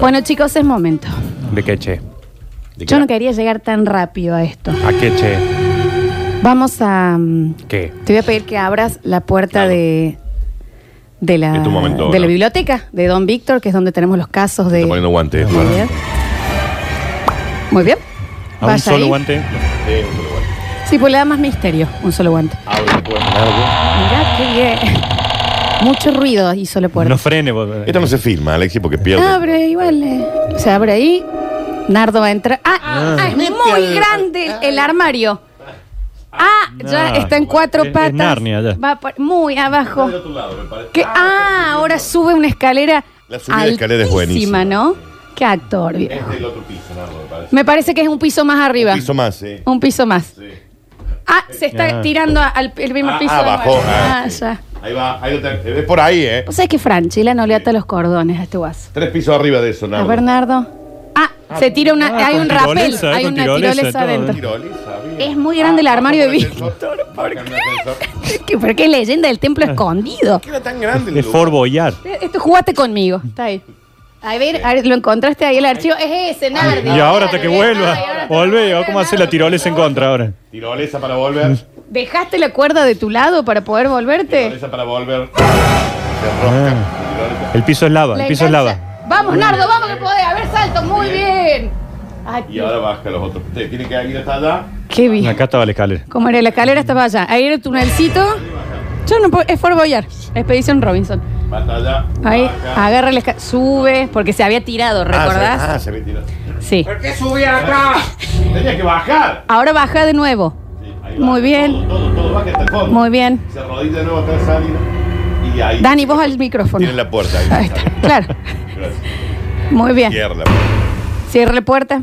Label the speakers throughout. Speaker 1: Bueno, chicos, es momento.
Speaker 2: ¿De qué che?
Speaker 3: ¿De qué Ah.
Speaker 1: Yo no
Speaker 3: era?
Speaker 1: quería llegar tan rápido a esto.
Speaker 2: ¿A qué che?
Speaker 1: Vamos a. mm,
Speaker 2: ¿Qué?
Speaker 1: Te voy a pedir que abras la puerta
Speaker 3: Claro.
Speaker 1: de. De la,
Speaker 3: Es tu momento
Speaker 1: de
Speaker 3: ahora.
Speaker 1: la biblioteca de Don Víctor, que es donde tenemos los casos de.
Speaker 3: Está poniendo guantes.
Speaker 1: Muy bien. Muy bien.
Speaker 4: A un
Speaker 1: Vas
Speaker 4: solo
Speaker 1: ahí.
Speaker 4: guante.
Speaker 3: Sí, un solo guante.
Speaker 1: Sí, pues le da más misterio, un solo guante.
Speaker 3: Abre la puerta.
Speaker 1: Mirá qué bien. Mucho ruido hizo la puerta.
Speaker 4: No frene. vos.
Speaker 3: Esto no se filma, Alexi, porque pierde.
Speaker 1: Abre igual. eh. Se abre ahí. Nardo va a entrar. ¡Ah! ah, es muy grande el- el armario. Ah, ya
Speaker 4: No,
Speaker 1: está en cuatro
Speaker 4: es- es
Speaker 1: patas.
Speaker 4: Narnia ya.
Speaker 1: Va por- muy abajo.
Speaker 3: otro lado, me parece.
Speaker 1: Que, ah, ahora sube una escalera.
Speaker 3: La subida de escalera es
Speaker 1: altísima,
Speaker 3: buenísima.
Speaker 1: ¿no? Qué actor, viejo.
Speaker 3: del otro piso, Nardo, me parece.
Speaker 1: Me parece que es un piso más arriba.
Speaker 3: Piso más, eh. sí.
Speaker 1: Un piso más.
Speaker 3: Sí.
Speaker 1: Ah, se está
Speaker 4: Ah.
Speaker 1: tirando a- al el primer
Speaker 3: Ah,
Speaker 1: piso.
Speaker 3: ah,
Speaker 1: de
Speaker 3: bajó,
Speaker 1: nuevo.
Speaker 3: ah,
Speaker 1: Ah,
Speaker 3: sí.
Speaker 1: ya.
Speaker 3: Ahí va, ahí lo tenés. Es por ahí, ¿eh?
Speaker 1: ¿Vos sabés que Franchila no le ata los cordones a este guaso?
Speaker 3: Tres pisos arriba de eso,
Speaker 1: A
Speaker 3: Nardo.
Speaker 1: Bernardo. Ah, se tira una.
Speaker 4: ah,
Speaker 1: hay
Speaker 4: con
Speaker 1: un rapel.
Speaker 4: tirolesa, eh,
Speaker 1: Hay
Speaker 4: con
Speaker 1: una
Speaker 4: tirolesa,
Speaker 1: tirolesa
Speaker 4: todo,
Speaker 1: adentro.
Speaker 3: Tirolesa, arriba.
Speaker 1: Es muy grande el
Speaker 3: Ah,
Speaker 1: armario
Speaker 3: baja
Speaker 1: de
Speaker 3: con el ascensor, baja con el ascensor.
Speaker 1: ¿Qué- ¿Por qué es leyenda del
Speaker 4: Ah.
Speaker 1: templo escondido?
Speaker 3: ¿Qué era tan grande? el
Speaker 4: Es
Speaker 3: lugar?
Speaker 4: Fort Boyard.
Speaker 1: Esto jugaste conmigo. Está ahí. A ver, a ver, lo encontraste ahí el archivo. Es ese, Nardo.
Speaker 4: Y ahora hasta
Speaker 1: Nardo,
Speaker 4: que
Speaker 1: ven,
Speaker 4: vuelva.
Speaker 1: ay, ahora hasta que
Speaker 4: Volvé,
Speaker 1: vuelva,
Speaker 4: ¿cómo hace
Speaker 1: Nardo,
Speaker 4: la tirolesa en
Speaker 1: por favor.
Speaker 4: contra ahora?
Speaker 3: Tirolesa para volver.
Speaker 1: ¿Dejaste la cuerda de tu lado para poder volverte?
Speaker 3: Tirolesa para volver. Se
Speaker 1: Ah.
Speaker 3: rosca. Tirolesa.
Speaker 4: El piso es lava, el piso es
Speaker 1: engancha.
Speaker 4: lava.
Speaker 1: Vamos, Nardo, vamos que podés. A ver, salto. Muy bien. Ay,
Speaker 3: Y ahora baja los otros. Ustedes tienen que ir hasta allá.
Speaker 1: qué bien.
Speaker 4: Acá estaba la escalera.
Speaker 1: Como era la escalera estaba allá. Ahí era el tunelcito. Yo no puedo. Es Fort Boyard. Expedición Robinson.
Speaker 3: Va hasta allá.
Speaker 1: Ahí
Speaker 3: baja.
Speaker 1: agarra la escalera. Sube. Porque se había tirado, ¿recordás?
Speaker 3: Ah, Ah, se, ah, se me tiró.
Speaker 1: Sí.
Speaker 3: ¿Por qué subí acá? Tenía que bajar.
Speaker 1: Ahora baja de nuevo.
Speaker 3: Sí, ahí
Speaker 1: Muy
Speaker 3: baja.
Speaker 1: bien.
Speaker 3: Todo, todo, todo baja hasta el fondo.
Speaker 1: Muy bien.
Speaker 3: Se arrodilla de nuevo hasta la salida. Y ahí.
Speaker 1: Dani, vos al micrófono.
Speaker 3: Tienen la puerta ahí.
Speaker 1: Ahí está. Claro.
Speaker 3: Gracias.
Speaker 1: Muy bien.
Speaker 3: Cierra la puerta.
Speaker 1: Cierra la puerta.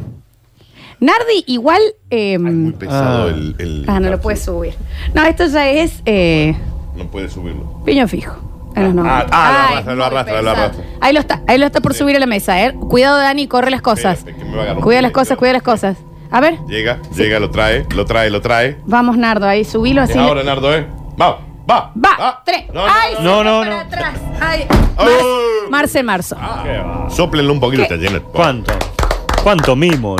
Speaker 1: Nardi, igual. eh,
Speaker 3: Muy pesado
Speaker 4: Ah.
Speaker 3: el, el-
Speaker 1: ah, no lo puede subir. No, esto ya es eh,
Speaker 3: No puede subirlo.
Speaker 1: piño fijo. A los
Speaker 3: Ah,
Speaker 1: 90.
Speaker 3: ah, lo
Speaker 1: Ay,
Speaker 3: arrastra,
Speaker 1: muy
Speaker 3: lo arrastra, lo
Speaker 1: pesado.
Speaker 3: arrastra.
Speaker 1: Ahí lo está, ahí lo está por subir a la mesa. eh. Cuidado, Dani, corre las cosas.
Speaker 3: Espérate, este, que me va a agarrar un
Speaker 1: Cuida las
Speaker 3: pie,
Speaker 1: cosas,
Speaker 3: espérate.
Speaker 1: cuida las cosas. A ver,
Speaker 3: Llega, llega, lo trae, lo trae, lo trae.
Speaker 1: vamos, Nardo, ahí, subilo
Speaker 3: Es
Speaker 1: así.
Speaker 3: ahora, Nardo, ¿eh? Va, va.
Speaker 1: Va, tres.
Speaker 3: Ah. No, no,
Speaker 1: Ay,
Speaker 3: no,
Speaker 1: se
Speaker 3: no.
Speaker 4: no,
Speaker 1: fue
Speaker 4: no,
Speaker 1: para
Speaker 4: no.
Speaker 1: atrás. Ay,
Speaker 3: Ay. Ah.
Speaker 1: Mar- Marce Marzo.
Speaker 3: Sóplenlo un poquito, está lleno. el-
Speaker 4: ¿Cuánto? ¿Cuánto mimo?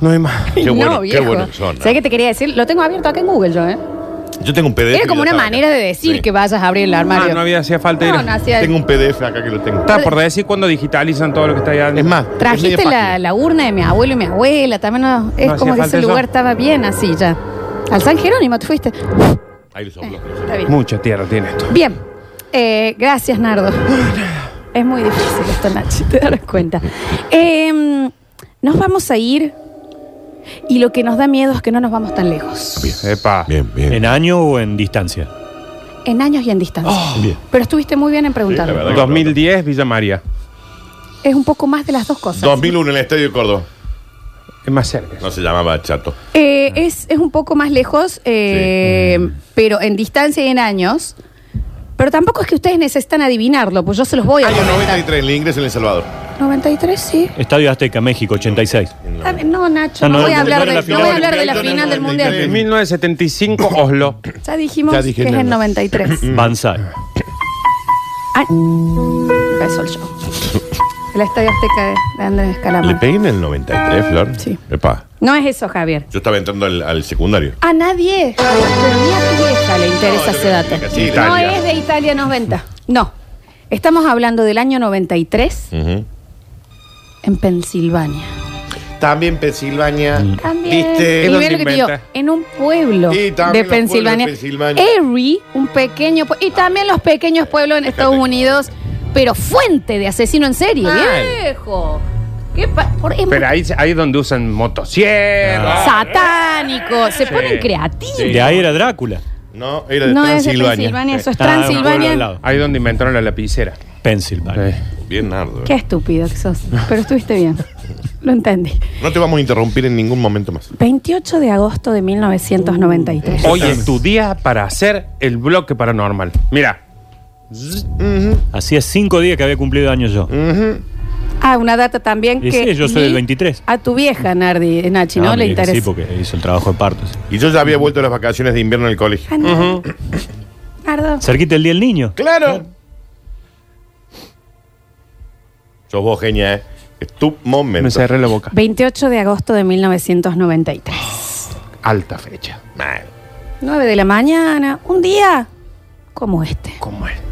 Speaker 3: No hay más. Qué bueno,
Speaker 1: no,
Speaker 3: qué
Speaker 1: viejo.
Speaker 3: bueno que son.
Speaker 1: ¿Sabés qué te quería decir? Lo tengo abierto acá en Google yo, ¿eh?
Speaker 3: Yo tengo un PDF.
Speaker 1: Era como
Speaker 3: que
Speaker 1: una
Speaker 3: ya estaba
Speaker 1: manera
Speaker 3: acá.
Speaker 1: de decir
Speaker 3: Sí.
Speaker 1: que vayas a abrir el armario.
Speaker 2: Ah, no había hacía falta ir.
Speaker 1: No, no hacía-
Speaker 3: Tengo un PDF acá que lo tengo.
Speaker 2: Estaba por decir cuando digitalizan todo lo que está ahí adentro.
Speaker 3: Es más,
Speaker 1: Trajiste
Speaker 3: es medio
Speaker 1: la,
Speaker 3: fácil.
Speaker 1: la urna de mi abuelo y mi abuela. También no- es
Speaker 2: No hacía
Speaker 1: como que
Speaker 2: falta
Speaker 1: ese
Speaker 2: eso.
Speaker 1: lugar estaba bien así ya. Al San Jerónimo te fuiste.
Speaker 3: Ahí lo sopló.
Speaker 1: Está bien.
Speaker 2: Mucha tierra tiene esto.
Speaker 1: Bien. Eh, gracias, Nardo. Es muy difícil esto, Nachi, te darás cuenta. Eh, nos vamos a ir y lo que nos da miedo es que no nos vamos tan lejos.
Speaker 2: Epa.
Speaker 3: Bien, bien.
Speaker 4: ¿En año o en distancia?
Speaker 1: En años y en distancia.
Speaker 3: Bien.
Speaker 1: Pero estuviste muy bien en preguntarme.
Speaker 3: Sí, la verdad.
Speaker 2: 2010, Villa María.
Speaker 1: es un poco más de las dos cosas.
Speaker 3: 2001 en el Estadio de Córdoba.
Speaker 2: Es más cerca.
Speaker 3: No se llamaba Chato.
Speaker 1: Eh, es, es un poco más lejos, eh, pero en distancia y en años. Pero tampoco es que ustedes necesitan adivinarlo, pues yo se los voy a
Speaker 3: Año
Speaker 1: comentar.
Speaker 3: 93, el ingreso en El Salvador.
Speaker 1: 93, sí.
Speaker 4: Estadio Azteca, México, 86.
Speaker 1: Está bien, No, Nacho,
Speaker 4: No,
Speaker 1: no,
Speaker 4: no,
Speaker 1: voy a
Speaker 4: no,
Speaker 1: hablar
Speaker 4: no era
Speaker 1: de,
Speaker 4: la
Speaker 1: no
Speaker 4: final.
Speaker 1: voy a hablar de la
Speaker 3: 93,
Speaker 1: final del
Speaker 3: 93.
Speaker 1: Mundial.
Speaker 2: 1975, Oslo.
Speaker 1: Ya dijimos
Speaker 3: Ya dije
Speaker 1: que es
Speaker 3: nada.
Speaker 1: en 93.
Speaker 4: Banzai.
Speaker 1: Ah, empezó el show. El Estadio Azteca de- de Andrés
Speaker 3: ¿Le
Speaker 1: Calamar.
Speaker 3: pegué en el 93, Flor?
Speaker 1: Sí.
Speaker 3: Epa,
Speaker 1: No es eso, Javier.
Speaker 3: yo estaba entrando al, al secundario.
Speaker 1: A nadie, pero ni a tu vieja le interesa ese dato.
Speaker 3: Sí,
Speaker 1: No
Speaker 3: Italia.
Speaker 1: es de Italia 90. No. Estamos hablando del año 93
Speaker 3: Ujú.
Speaker 1: en Pensilvania.
Speaker 3: También Pensilvania.
Speaker 1: También.
Speaker 3: ¿Viste?
Speaker 1: Y
Speaker 2: Es
Speaker 1: ve
Speaker 2: donde
Speaker 1: lo que te digo,
Speaker 2: inventa.
Speaker 1: en un pueblo
Speaker 3: Y también
Speaker 1: de
Speaker 3: los pueblos de
Speaker 1: Pensilvania.
Speaker 3: Pensilvania.
Speaker 1: Erie, un pequeño pue- y también los pequeños pueblos en Estados Unidos, pero fuente de asesino en serie,
Speaker 2: Mal.
Speaker 1: viejo. ¿Qué pa- por- es
Speaker 2: Pero ahí, ahí es donde usan motosierra.
Speaker 4: Ah.
Speaker 1: satánico, se ponen creativos.
Speaker 4: De ahí era Drácula.
Speaker 3: No, era de
Speaker 1: no es de
Speaker 3: Transilvania.
Speaker 1: Pensilvania, eso es
Speaker 4: Ah, era un pueblo
Speaker 1: Transilvania.
Speaker 4: al lado.
Speaker 2: Ahí es donde inventaron la lapicera.
Speaker 4: Pensilvania.
Speaker 3: Bien, Nardo. eh.
Speaker 1: Qué estúpido que sos. Pero estuviste bien. Lo entendí.
Speaker 3: No te vamos a interrumpir en ningún momento más.
Speaker 1: 28 de agosto de 1993.
Speaker 4: Uh.
Speaker 2: Hoy es tu día para hacer el bloque paranormal. Mira.
Speaker 4: Hacía cinco días que había cumplido años yo.
Speaker 1: Ah, una data también
Speaker 4: Y
Speaker 1: que.
Speaker 4: sí, yo soy
Speaker 1: ni
Speaker 4: del 23.
Speaker 1: A tu vieja, Nardi, eh, Nachi, ¿no?
Speaker 4: Ah,
Speaker 1: Le
Speaker 4: mira que
Speaker 1: interesa.
Speaker 4: Sí, porque hizo el trabajo de partos.
Speaker 3: Y yo ya había vuelto a las vacaciones de invierno en el colegio.
Speaker 1: Ah, no. Nardo.
Speaker 4: Cerquita el día del niño.
Speaker 3: Claro. Sos vos, genia, ¿eh? Es tu momento.
Speaker 2: Me cerré la boca.
Speaker 1: 28 de agosto de 1993.
Speaker 2: Alta fecha.
Speaker 3: Mal.
Speaker 1: 9 de la mañana, un día como este.
Speaker 2: Como este.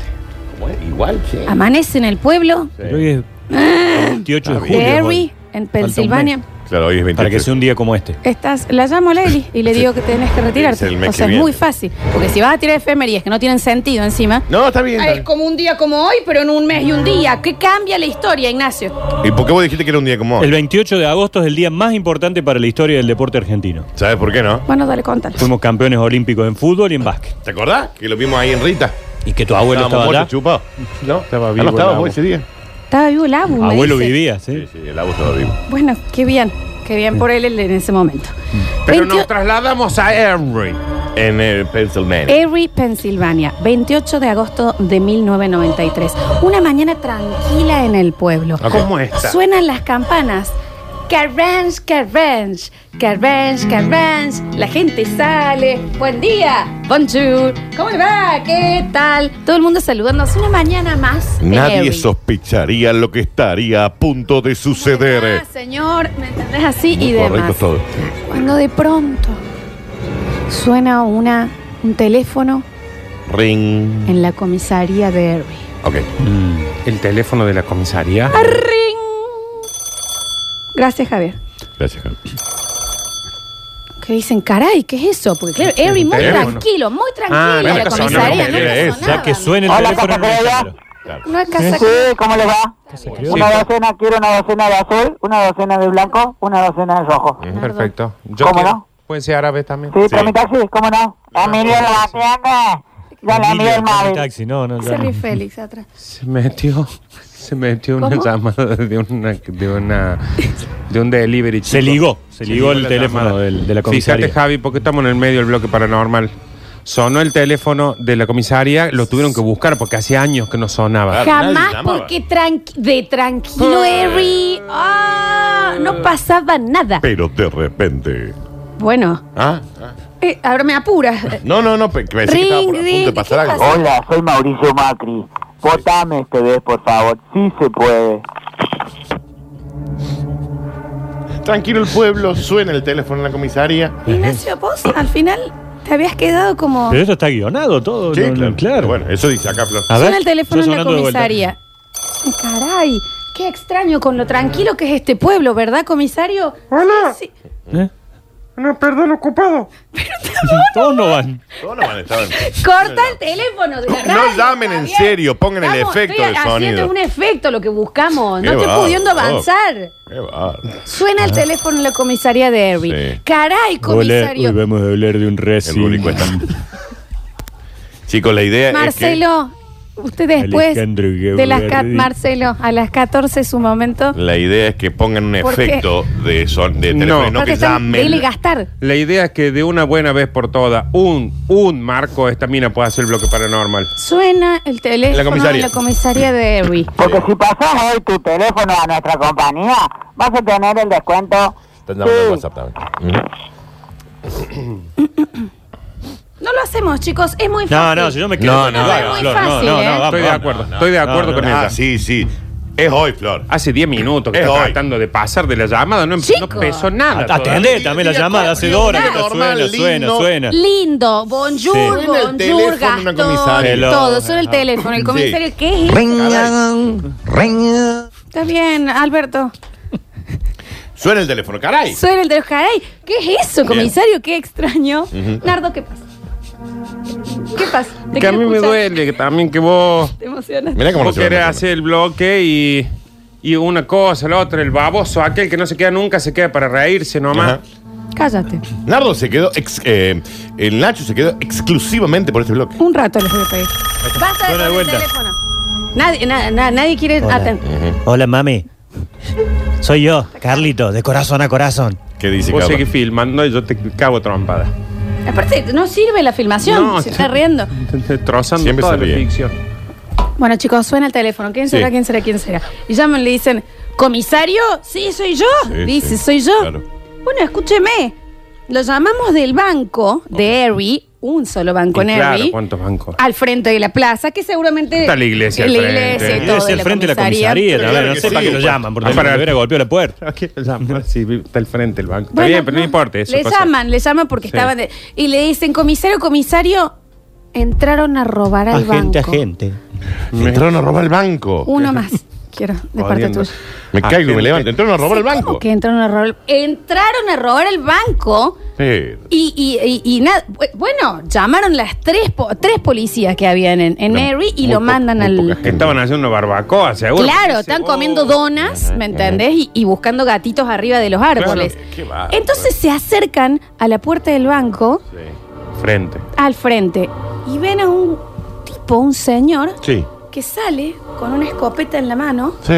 Speaker 3: Bueno, igual, sí.
Speaker 1: Amanece en el pueblo,
Speaker 4: Pero hoy es 28 de
Speaker 3: Está
Speaker 4: julio.
Speaker 3: bien.
Speaker 1: de
Speaker 4: hoy.
Speaker 1: Erie, en Pensilvania.
Speaker 3: Claro, hoy es 28.
Speaker 4: Para que sea un día como este.
Speaker 1: Estás, la llamo a Leli y le digo que tenés que retirarte.
Speaker 3: Es el mes
Speaker 1: o sea,
Speaker 3: que
Speaker 1: es muy
Speaker 3: viene.
Speaker 1: fácil. Porque si vas a tirar efemerías que no tienen sentido encima,
Speaker 3: No, está bien.
Speaker 1: Ah,
Speaker 3: está
Speaker 1: Es como un día como hoy, pero en un mes y un día. ¿Qué cambia la historia, Ignacio?
Speaker 3: bien. ¿Y por qué vos dijiste que era un día como
Speaker 4: El
Speaker 3: hoy?
Speaker 4: 28 de agosto es el día más importante para la historia del deporte argentino.
Speaker 3: ¿Sabes por qué no?
Speaker 1: Bueno, dale, contale.
Speaker 4: Fuimos campeones olímpicos en fútbol y en básquet.
Speaker 3: ¿Te acordás? Que lo vimos ahí en Rita.
Speaker 4: Y que tu abuelo
Speaker 3: Estábamos
Speaker 4: estaba
Speaker 3: muertos,
Speaker 4: allá.
Speaker 3: chupados.
Speaker 2: No, estaba
Speaker 3: Ah,
Speaker 2: vivo.
Speaker 3: no estabas
Speaker 2: la-
Speaker 3: vos ese día.
Speaker 1: Estaba vivo el abu, me
Speaker 4: Abuelo
Speaker 1: dice.
Speaker 4: vivía, ¿sí?
Speaker 3: sí, el abu estaba vivo.
Speaker 1: Bueno, qué bien. Qué bien por él en ese momento.
Speaker 2: Pero
Speaker 1: 28
Speaker 2: nos trasladamos a Henry.
Speaker 3: En el Pennsylvania.
Speaker 1: Erie, Pensilvania, 28 de agosto de 1993. Una mañana tranquila en el pueblo.
Speaker 3: Ok.
Speaker 2: ¿Cómo está?
Speaker 1: Suenan las campanas. Carrange, carrange, carrange, carrange. La gente sale. Buen día, bonjour. ¿Cómo le va? ¿Qué tal? Todo el mundo saludándose. Una mañana más. en
Speaker 3: Nadie
Speaker 1: Erie.
Speaker 3: sospecharía lo que estaría a punto de suceder.
Speaker 1: Ah, señor, ¿me entendés así?
Speaker 3: Muy
Speaker 1: y
Speaker 3: correcto
Speaker 1: demás.
Speaker 3: todo.
Speaker 1: Cuando de pronto suena una, un teléfono
Speaker 3: Ring.
Speaker 1: en la comisaría de Erie.
Speaker 3: Ok.
Speaker 2: El teléfono de la comisaría.
Speaker 1: ¡Ring! Gracias, Javier.
Speaker 3: Gracias, Juan.
Speaker 1: Que dicen, caray, ¿qué es eso? Porque claro, Harry muy
Speaker 2: teléfono.
Speaker 1: tranquilo, muy tranquilo
Speaker 2: Ah, no
Speaker 1: en
Speaker 2: era
Speaker 1: la
Speaker 2: que sonaba,
Speaker 1: comisaría, no
Speaker 3: era
Speaker 1: era
Speaker 3: eso.
Speaker 1: que
Speaker 4: Ya
Speaker 1: sonaba.
Speaker 4: que suene el
Speaker 5: Hola,
Speaker 4: teléfono.
Speaker 5: papá, ¿cómo va?
Speaker 4: no
Speaker 1: No es casa
Speaker 5: Sí, ¿cómo les va?
Speaker 4: me
Speaker 5: Una docena, quiero una docena de azul, una docena de blanco, una docena de rojo.
Speaker 2: Perfecto. Yo
Speaker 5: ¿Cómo
Speaker 2: quiero-
Speaker 5: no?
Speaker 2: Puede ser árabe también.
Speaker 5: Sí, tráeme taxi, ¿cómo no? Emilio la tienda, ya la miro el móvil.
Speaker 4: taxi, no, no,
Speaker 1: Se
Speaker 4: ya no.
Speaker 1: ríe Félix atrás.
Speaker 2: Se metió, se metió una
Speaker 1: ¿Cómo?
Speaker 2: llamada de una, de una, de un delivery.
Speaker 4: Se
Speaker 2: chico.
Speaker 4: ligó, se ligó el
Speaker 2: la
Speaker 4: teléfono
Speaker 2: llamada.
Speaker 4: del- de la
Speaker 2: Fíjate,
Speaker 4: comisaría.
Speaker 2: Javi, porque estamos en el medio del bloque paranormal. Sonó el teléfono de la comisaría, lo tuvieron que buscar porque hacía años que no sonaba.
Speaker 3: Claro, nadie
Speaker 1: Jamás
Speaker 3: llamaba.
Speaker 1: porque tranqui- de tranquilo Harry. Ah, no pasaba nada.
Speaker 3: Pero de repente.
Speaker 1: Bueno,
Speaker 3: Ah, ah.
Speaker 1: eh, ahora me apuras.
Speaker 3: No, no, no, pe- pensé que estaba por
Speaker 1: Ring,
Speaker 3: a punto de
Speaker 1: ring,
Speaker 3: pasar
Speaker 1: ¿qué
Speaker 3: algo.
Speaker 1: pasa?
Speaker 5: Hola, soy Mauricio Macri. Votame este vez, por favor. Sí se puede.
Speaker 3: Oh, tranquilo el pueblo, suena el teléfono en la comisaría.
Speaker 1: Ignacio, vos al final te habías quedado como...
Speaker 4: Pero esto está guionado todo.
Speaker 3: Sí,
Speaker 4: no, no,
Speaker 3: claro. Bueno, eso dice acá, Flor.
Speaker 4: ¿Eh? A ver,
Speaker 1: Suena el teléfono
Speaker 4: está
Speaker 1: en la
Speaker 4: sonando de vuelta.
Speaker 1: comisaría. Caray, qué extraño con lo tranquilo que es este pueblo, ¿verdad, comisario?
Speaker 2: Hola.
Speaker 1: Sí.
Speaker 4: ¿Eh?
Speaker 2: No, perdón, ocupado.
Speaker 4: Todos no van.
Speaker 3: Todos nos van a estar-
Speaker 1: Corta el teléfono de la
Speaker 3: No
Speaker 1: radio,
Speaker 3: llamen en
Speaker 1: Javier.
Speaker 3: serio, pongan el efecto
Speaker 1: estoy
Speaker 3: de
Speaker 1: haciendo
Speaker 3: sonido.
Speaker 1: un efecto lo que buscamos.
Speaker 3: Qué
Speaker 1: No estoy
Speaker 3: bárbaro.
Speaker 1: pudiendo avanzar.
Speaker 3: Qué bárbaro.
Speaker 1: Suena el teléfono en la comisaría de Erie.
Speaker 3: Sí.
Speaker 1: Caray, comisario.
Speaker 4: vamos a hablar de un
Speaker 3: El público está. Chicos, la idea
Speaker 1: Marcelo, usted después
Speaker 4: Alejandro
Speaker 1: de las cat-
Speaker 4: Gabardi.
Speaker 1: Marcelo, a las 14 es su momento.
Speaker 3: es que la idea es que pongan un
Speaker 1: ¿Por qué?
Speaker 3: efecto de son de teléfono,
Speaker 2: No.
Speaker 3: no,
Speaker 1: No te
Speaker 3: que
Speaker 1: están- dele
Speaker 3: llamen.
Speaker 1: gastar.
Speaker 2: La idea es que de una buena vez por todas, un, un marco esta mina pueda hacer el bloque paranormal.
Speaker 4: Ah,
Speaker 1: Suena el teléfono
Speaker 3: La
Speaker 1: en
Speaker 3: comisaría.
Speaker 1: la comisaría de Erie.
Speaker 5: Porque si pasas hoy tu teléfono a nuestra compañía, vas a tener el descuento. Sí.
Speaker 1: No lo hacemos, chicos. Es muy
Speaker 4: No,
Speaker 1: fácil.
Speaker 4: no, si yo me quedo.
Speaker 3: No,
Speaker 4: con
Speaker 3: no,
Speaker 4: el-
Speaker 3: es muy
Speaker 4: Flor,
Speaker 1: fácil, ¿eh?
Speaker 4: vamos,
Speaker 2: Estoy de
Speaker 4: vamos.
Speaker 2: acuerdo, estoy de acuerdo con
Speaker 3: Ah,
Speaker 2: ella.
Speaker 3: sí, sí. Es hoy, Flor.
Speaker 2: Hace 10 minutos que
Speaker 3: Es
Speaker 2: está
Speaker 3: hoy.
Speaker 2: tratando de pasar de la llamada, no, empezó
Speaker 1: Chico.
Speaker 2: pesó nada.
Speaker 4: At- Atendé también la
Speaker 3: Día
Speaker 4: llamada hace dos horas. que está-
Speaker 3: normal,
Speaker 4: Suena, suena,
Speaker 3: lindo.
Speaker 4: suena.
Speaker 1: Lindo, bonjour,
Speaker 4: Sí.
Speaker 3: Suena el
Speaker 1: bonjour,
Speaker 3: teléfono, una
Speaker 1: Gastón,
Speaker 3: comisaria.
Speaker 1: todo, solo el teléfono, el comisario, ¿qué es? Está bien, Alberto,
Speaker 3: Suena el teléfono, caray.
Speaker 1: suena el teléfono, caray, ¿qué es eso,
Speaker 3: Bien.
Speaker 1: comisario? Qué extraño. Nardo, ¿qué pasa? ¿Qué pasa? Te
Speaker 2: Que a
Speaker 1: quiero
Speaker 2: mí me
Speaker 1: escuchar.
Speaker 2: duele, que también que vos,
Speaker 1: Te emocionas.
Speaker 3: Mirá cómo lo
Speaker 2: vos querés
Speaker 3: suena.
Speaker 2: hacer el bloque y, y una cosa, la otra, el baboso, aquel que no se queda nunca, se queda para reírse nomás.
Speaker 3: Ajá.
Speaker 1: Cállate.
Speaker 3: Nardo se quedó. ex- eh, el Nacho se quedó exclusivamente por este bloque.
Speaker 1: Un rato les voy a pedir. Basta de
Speaker 4: Suena
Speaker 1: poner
Speaker 4: de
Speaker 1: el
Speaker 4: vuelta.
Speaker 1: teléfono. Nadie, na- na- nadie quiere atender.
Speaker 4: Hola, mami. Soy yo, Carlito, de corazón a corazón.
Speaker 3: ¿Qué dice
Speaker 2: Vos
Speaker 3: Carlos?
Speaker 2: seguís filmando y yo te cago trompada.
Speaker 1: Aparte, no sirve la filmación,
Speaker 2: No,
Speaker 1: se está riendo.
Speaker 2: Trozando
Speaker 3: Siempre
Speaker 2: toda
Speaker 3: se
Speaker 2: la
Speaker 3: ríe.
Speaker 2: ficción.
Speaker 1: Bueno, chicos, suena el teléfono. ¿Quién será?
Speaker 3: Sí.
Speaker 1: ¿Quién será? ¿Quién será? Y llaman y le dicen, ¿comisario? Sí, soy yo.
Speaker 3: Sí,
Speaker 1: Dice,
Speaker 3: sí,
Speaker 1: soy yo.
Speaker 3: claro.
Speaker 1: Bueno, escúcheme. Lo llamamos del banco de Erie. un solo banco
Speaker 2: Y
Speaker 1: Nervi
Speaker 2: claro, ¿cuántos bancos?
Speaker 1: al frente de la plaza, que seguramente
Speaker 2: Está la iglesia al
Speaker 1: la
Speaker 2: frente.
Speaker 1: iglesia y
Speaker 2: La
Speaker 1: todo,
Speaker 4: Debe ser
Speaker 1: la
Speaker 4: frente de la comisaría,
Speaker 3: Pero
Speaker 4: tal vez,
Speaker 3: claro
Speaker 4: no
Speaker 3: que
Speaker 4: sé
Speaker 3: sí,
Speaker 4: para qué lo
Speaker 3: pues.
Speaker 4: llaman, porque
Speaker 2: Ah, para-
Speaker 4: le hubiera golpeado la puerta.
Speaker 2: Aquí le llaman, sí, está al frente el banco.
Speaker 1: Bueno,
Speaker 2: está bien, pero no,
Speaker 1: no.
Speaker 2: importa. eso
Speaker 1: Le
Speaker 2: pasa.
Speaker 1: llaman, le llaman porque
Speaker 2: Sí.
Speaker 1: estaban de- y le dicen, comisario, comisario, entraron a robar al
Speaker 4: Agente,
Speaker 1: banco.
Speaker 4: agente.
Speaker 3: Me entraron a robar el banco.
Speaker 1: Uno más. Quiero, de parte
Speaker 2: Jodiendo.
Speaker 1: tuya.
Speaker 3: Me
Speaker 2: Ah,
Speaker 3: caigo y me
Speaker 2: gente.
Speaker 3: levanto. Entraron a robar el
Speaker 1: ¿Cómo
Speaker 3: banco.
Speaker 1: que entraron a robar? Entraron a robar el banco
Speaker 3: Sí.
Speaker 1: y, y, y- y nada. Bu- Bueno, llamaron las tres, po- tres policías que habían en, en
Speaker 3: No,
Speaker 1: Erie y
Speaker 3: muy
Speaker 1: lo
Speaker 3: po-
Speaker 1: mandan
Speaker 3: muy poca
Speaker 1: al.
Speaker 2: Que estaban haciendo una barbacoa, seguro.
Speaker 1: Claro,
Speaker 2: Dice,
Speaker 1: están
Speaker 2: oh,
Speaker 1: comiendo donas, ¿me entendés? Y, y buscando gatitos arriba de los árboles.
Speaker 3: qué bárbaro.
Speaker 1: Entonces se acercan a la puerta del banco,
Speaker 2: sí, Frente.
Speaker 1: al frente, y ven a un tipo, un señor,
Speaker 3: Sí.
Speaker 1: que sale con una escopeta en la mano,
Speaker 3: Sí.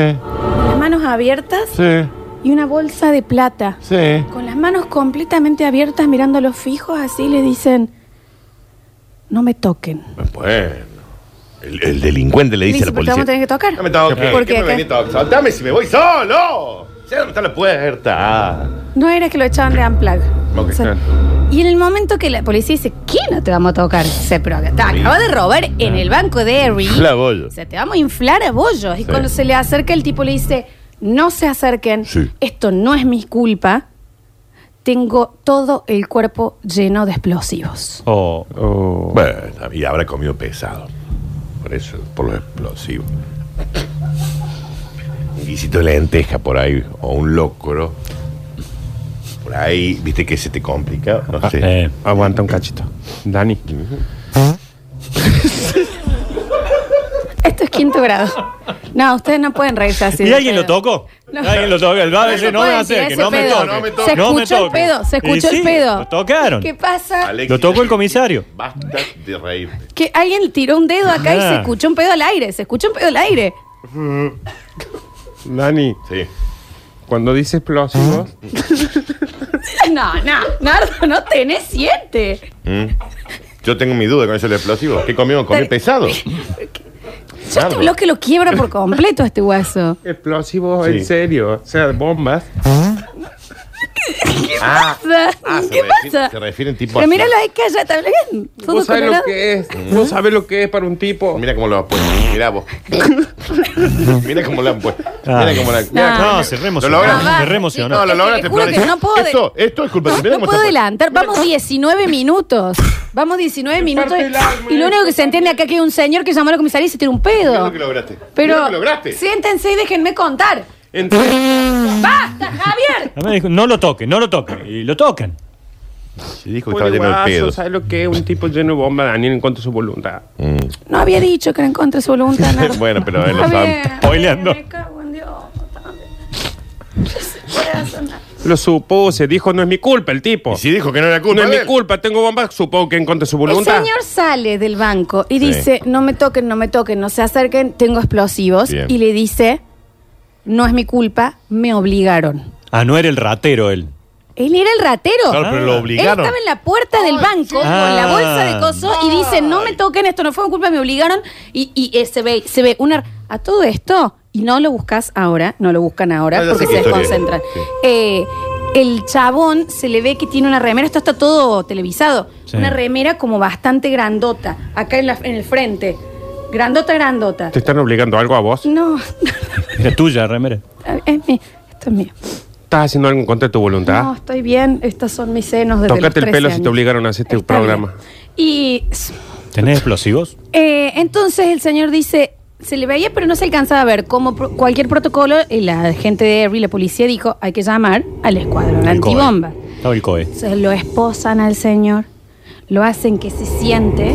Speaker 1: con las manos abiertas
Speaker 3: Sí.
Speaker 1: y una bolsa de plata.
Speaker 3: Sí.
Speaker 1: Con las manos completamente abiertas, mirándolos fijos, así le dicen: No me toquen.
Speaker 3: Bueno. El, el delincuente le dice a
Speaker 1: "Pero
Speaker 3: la
Speaker 1: te
Speaker 3: policía.
Speaker 1: vamos a tener que tocar.
Speaker 3: No me toques.
Speaker 1: Porque
Speaker 3: ¿Qué me
Speaker 1: acá-
Speaker 3: venís a tocar? Soltame si me voy solo. Ya dónde está la puerta.
Speaker 1: No era que lo echaban de Unplug.
Speaker 3: Ok,
Speaker 1: O sea,
Speaker 3: claro.
Speaker 1: y en el momento que la policía dice, ¿qué no te vamos a tocar? Se pero acá está, acaba de robar en el banco de Harry.
Speaker 3: La bollo.
Speaker 1: Se te vamos a inflar a bollos. Y
Speaker 3: Sí.
Speaker 1: cuando se le acerca el tipo le dice, no se acerquen,
Speaker 3: Sí.
Speaker 1: esto no es mi culpa. Tengo todo el cuerpo lleno de explosivos.
Speaker 4: O
Speaker 2: Oh.
Speaker 3: Bueno, y habrá comido pesado. Por eso, por los explosivos. Un guisito de lenteja por ahí, o un locro. Por ahí, viste que se te complica, no sé.
Speaker 4: eh,
Speaker 2: Aguanta un cachito. Dani.
Speaker 1: Esto es quinto grado. No, ustedes no pueden reírse así.
Speaker 4: ¿Y
Speaker 1: de
Speaker 4: alguien lo
Speaker 1: pedo.
Speaker 4: tocó?
Speaker 1: No.
Speaker 4: ¿Alguien lo tocó? El
Speaker 1: No
Speaker 4: bar dice,
Speaker 1: se
Speaker 4: no me
Speaker 1: puede decir
Speaker 4: acerque,
Speaker 1: ese
Speaker 4: no me
Speaker 1: pedo.
Speaker 4: toque.
Speaker 3: No me
Speaker 1: Se
Speaker 3: toque.
Speaker 4: No me
Speaker 1: escuchó el
Speaker 4: toque.
Speaker 1: pedo, se
Speaker 4: Y
Speaker 1: escuchó
Speaker 4: sí,
Speaker 1: el pedo.
Speaker 4: Lo tocaron.
Speaker 1: ¿Qué pasa?
Speaker 3: Alexis,
Speaker 4: Lo tocó el comisario.
Speaker 3: Basta de reírte.
Speaker 1: Que alguien tiró un dedo acá y
Speaker 4: Ajá.
Speaker 1: se escuchó un pedo al aire, se escuchó un pedo al aire.
Speaker 2: Dani,
Speaker 3: Sí.
Speaker 2: cuando dice explosivos,
Speaker 1: No, no, Nardo, no tenés siete.
Speaker 3: ¿Mm? Yo tengo mi duda con eso del explosivo. ¿Qué comió? ¿Comió pesado?
Speaker 1: Yo este
Speaker 3: Nardo.
Speaker 1: bloque lo quiebra por completo a este hueso.
Speaker 2: explosivos
Speaker 3: Sí.
Speaker 2: en serio, o sea, bombas.
Speaker 3: Ah, ah, se
Speaker 1: ¿Qué
Speaker 3: refiere-
Speaker 1: pasa?
Speaker 3: se refieren tipo
Speaker 1: Pero
Speaker 3: así.
Speaker 1: míralo ahí que allá está bien. Todo
Speaker 2: ¿Vos sabés lo
Speaker 1: colorado.
Speaker 2: que es? ¿Vos sabés lo que es para un tipo?
Speaker 3: Mira cómo lo han puesto. Mira vos. Mira cómo lo han puesto. Mira
Speaker 4: Ah.
Speaker 3: cómo lo han
Speaker 1: No.
Speaker 4: No, se re emocionó,
Speaker 3: Lo
Speaker 1: No,
Speaker 3: logra.
Speaker 1: basta,
Speaker 4: se re
Speaker 1: chicos,
Speaker 4: emocionó.
Speaker 3: No,
Speaker 1: es
Speaker 3: lo
Speaker 1: que
Speaker 3: lograste,
Speaker 1: les juro que
Speaker 3: Florencia.
Speaker 1: no puedo.
Speaker 3: Esto- esto es culpa de- mira
Speaker 1: No,
Speaker 3: cómo
Speaker 1: puedo
Speaker 3: está-
Speaker 1: adelantar.
Speaker 3: mira
Speaker 1: Vamos
Speaker 3: cómo-
Speaker 1: 19 minutos. Vamos 19 minutos.
Speaker 2: parte el alma,
Speaker 1: Y lo
Speaker 2: eh.
Speaker 1: único que se entiende acá es que hay un señor que llamó a la comisaría y se tiró un
Speaker 3: Mirá
Speaker 1: pedo.
Speaker 3: lo que lograste. Mirá
Speaker 1: Pero
Speaker 3: lo que lograste.
Speaker 1: siéntense y déjenme contar.
Speaker 2: Entonces,
Speaker 1: ¡Basta, Javier!
Speaker 4: A mí me dijo, no lo toquen, no lo toquen. Y lo tocan.
Speaker 3: Se dijo que estaba lleno de
Speaker 2: guaso,
Speaker 3: pedos.
Speaker 2: ¿Sabés lo que es un tipo lleno de bombas, Daniel, en cuanto a su voluntad?
Speaker 4: eh.
Speaker 3: Mm.
Speaker 1: No había dicho que era en contra de su voluntad. Nardo.
Speaker 3: Bueno, pero él lo
Speaker 1: Está
Speaker 3: sabe.
Speaker 1: bien,
Speaker 4: spoileando.
Speaker 1: me cago en Dios, también.
Speaker 2: Lo supuse, dijo, no es mi culpa el tipo.
Speaker 3: Y si dijo que no era culpa
Speaker 2: no es
Speaker 3: de
Speaker 2: mi
Speaker 3: él.
Speaker 2: culpa, tengo bombas, supongo que en contra de su
Speaker 1: El
Speaker 2: voluntad.
Speaker 1: señor sale del banco y
Speaker 3: Sí.
Speaker 1: dice, no me toquen, no me toquen, no se acerquen, tengo explosivos.
Speaker 3: Bien.
Speaker 1: Y le dice, no es mi culpa, me obligaron.
Speaker 4: Ah, no era el ratero él.
Speaker 1: Él era el ratero.
Speaker 3: Claro, pero lo
Speaker 1: Ah. Él
Speaker 3: obligaron.
Speaker 1: estaba en la puerta del banco con
Speaker 4: Ah.
Speaker 1: la bolsa de coso y dice, no me toquen, esto no fue mi culpa, me obligaron. Y, y, eh, se ve, se ve una a todo esto, y no lo buscas ahora, no lo buscan ahora
Speaker 3: Ah, ya
Speaker 1: porque
Speaker 3: sé
Speaker 1: se
Speaker 3: qué historia es.
Speaker 1: desconcentran. Eh, el chabón se le ve que tiene una remera, esto está todo televisado,
Speaker 4: Sí.
Speaker 1: una remera como bastante grandota, acá en, la- en el frente. Grandota, grandota.
Speaker 2: ¿Te están obligando algo a vos?
Speaker 1: No,
Speaker 4: Era tuya, remera.
Speaker 1: es mi- esto es mío.
Speaker 2: ¿Estás haciendo algo en contra de tu voluntad?
Speaker 1: No, estoy bien, estos son mis senos desde
Speaker 2: Tócate
Speaker 1: los
Speaker 2: el pelo
Speaker 1: 13
Speaker 2: si te
Speaker 1: años.
Speaker 2: obligaron a hacer este
Speaker 1: Está
Speaker 2: programa.
Speaker 1: bien. Y
Speaker 4: ¿Tenés explosivos?
Speaker 1: eh, entonces el señor dice, se le veía pero no se alcanzaba a ver. Como pro- cualquier protocolo, eh, la gente de Erie, la policía dijo, hay que llamar al escuadrón
Speaker 4: El COE.
Speaker 1: antibomba.
Speaker 4: Estaba el COE.
Speaker 1: Se lo esposan al señor, lo hacen que se siente.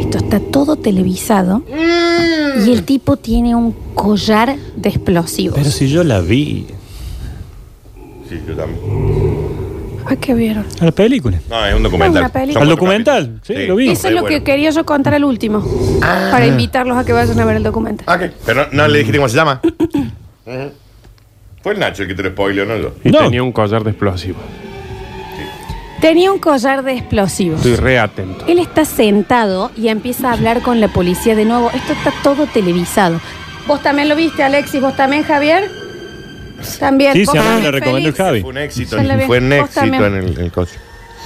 Speaker 1: Esto está todo televisado.
Speaker 2: Mm.
Speaker 1: Y el tipo tiene un collar de explosivos.
Speaker 4: Pero si yo la vi.
Speaker 3: Sí, yo también.
Speaker 1: Ah, qué vieron?
Speaker 4: A la película.
Speaker 3: No, es un documental.
Speaker 1: Es una película.
Speaker 3: Son
Speaker 4: Al
Speaker 3: cuatro
Speaker 4: documental,
Speaker 3: capítulos.
Speaker 4: sí, lo vi.
Speaker 1: Eso es lo que
Speaker 3: bueno.
Speaker 1: quería yo contar al último. Para invitarlos a que vayan a ver el documental.
Speaker 3: Ah, ok. Pero no, no le dijiste cómo se llama. Ujú. Fue el Nacho el que te lo spoileó, no yo.
Speaker 2: Y
Speaker 4: No.
Speaker 2: tenía un collar de explosivos.
Speaker 1: Tenía un collar de explosivos.
Speaker 2: Estoy re atento.
Speaker 1: Él está sentado y empieza a hablar con la policía de nuevo. Esto está todo televisado. ¿Vos también lo viste, Alexis? ¿Vos también, Javier? También.
Speaker 4: Sí,
Speaker 1: ¿Vos
Speaker 4: sí, a mí me
Speaker 1: también,
Speaker 4: lo recomendó el
Speaker 1: Félix?
Speaker 4: Javi.
Speaker 3: Fue un éxito.
Speaker 1: Ya la vi.
Speaker 3: Fue un
Speaker 1: Vos
Speaker 3: éxito
Speaker 1: también.
Speaker 3: en el, el coche.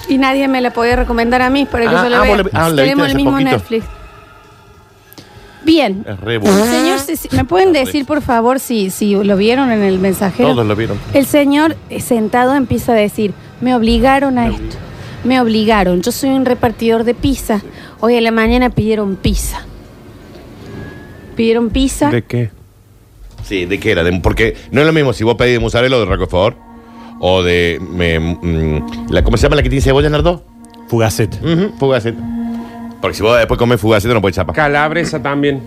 Speaker 1: Y nadie me la podía recomendar a mí para que
Speaker 3: Ah,
Speaker 1: yo la
Speaker 3: ah,
Speaker 1: vea.
Speaker 3: vos la- ah, la
Speaker 1: Tenemos
Speaker 3: viste hace
Speaker 1: el mismo
Speaker 3: poquito.
Speaker 1: Netflix. Bien.
Speaker 3: Es re bueno.
Speaker 1: Señor, Ceci- ¿me pueden decir, por favor, si, si lo vieron en el mensajero?
Speaker 3: Todos lo vieron.
Speaker 1: El señor eh, sentado empieza a decir, me obligaron a esto, me obligaron, yo soy un repartidor de pizza, hoy a la mañana pidieron pizza. Pidieron pizza,
Speaker 2: ¿De qué?
Speaker 3: Sí, ¿de qué era? De- porque no es lo mismo si vos pedís de mozzarella o de roquefort o de... me, mm, la, ¿Cómo se llama la que tiene cebolla, Nardo?
Speaker 4: Fugacet.
Speaker 3: Ujú, fugaceta. Porque si vos después comes fugaceta no podés chapar.
Speaker 2: Calabresa también.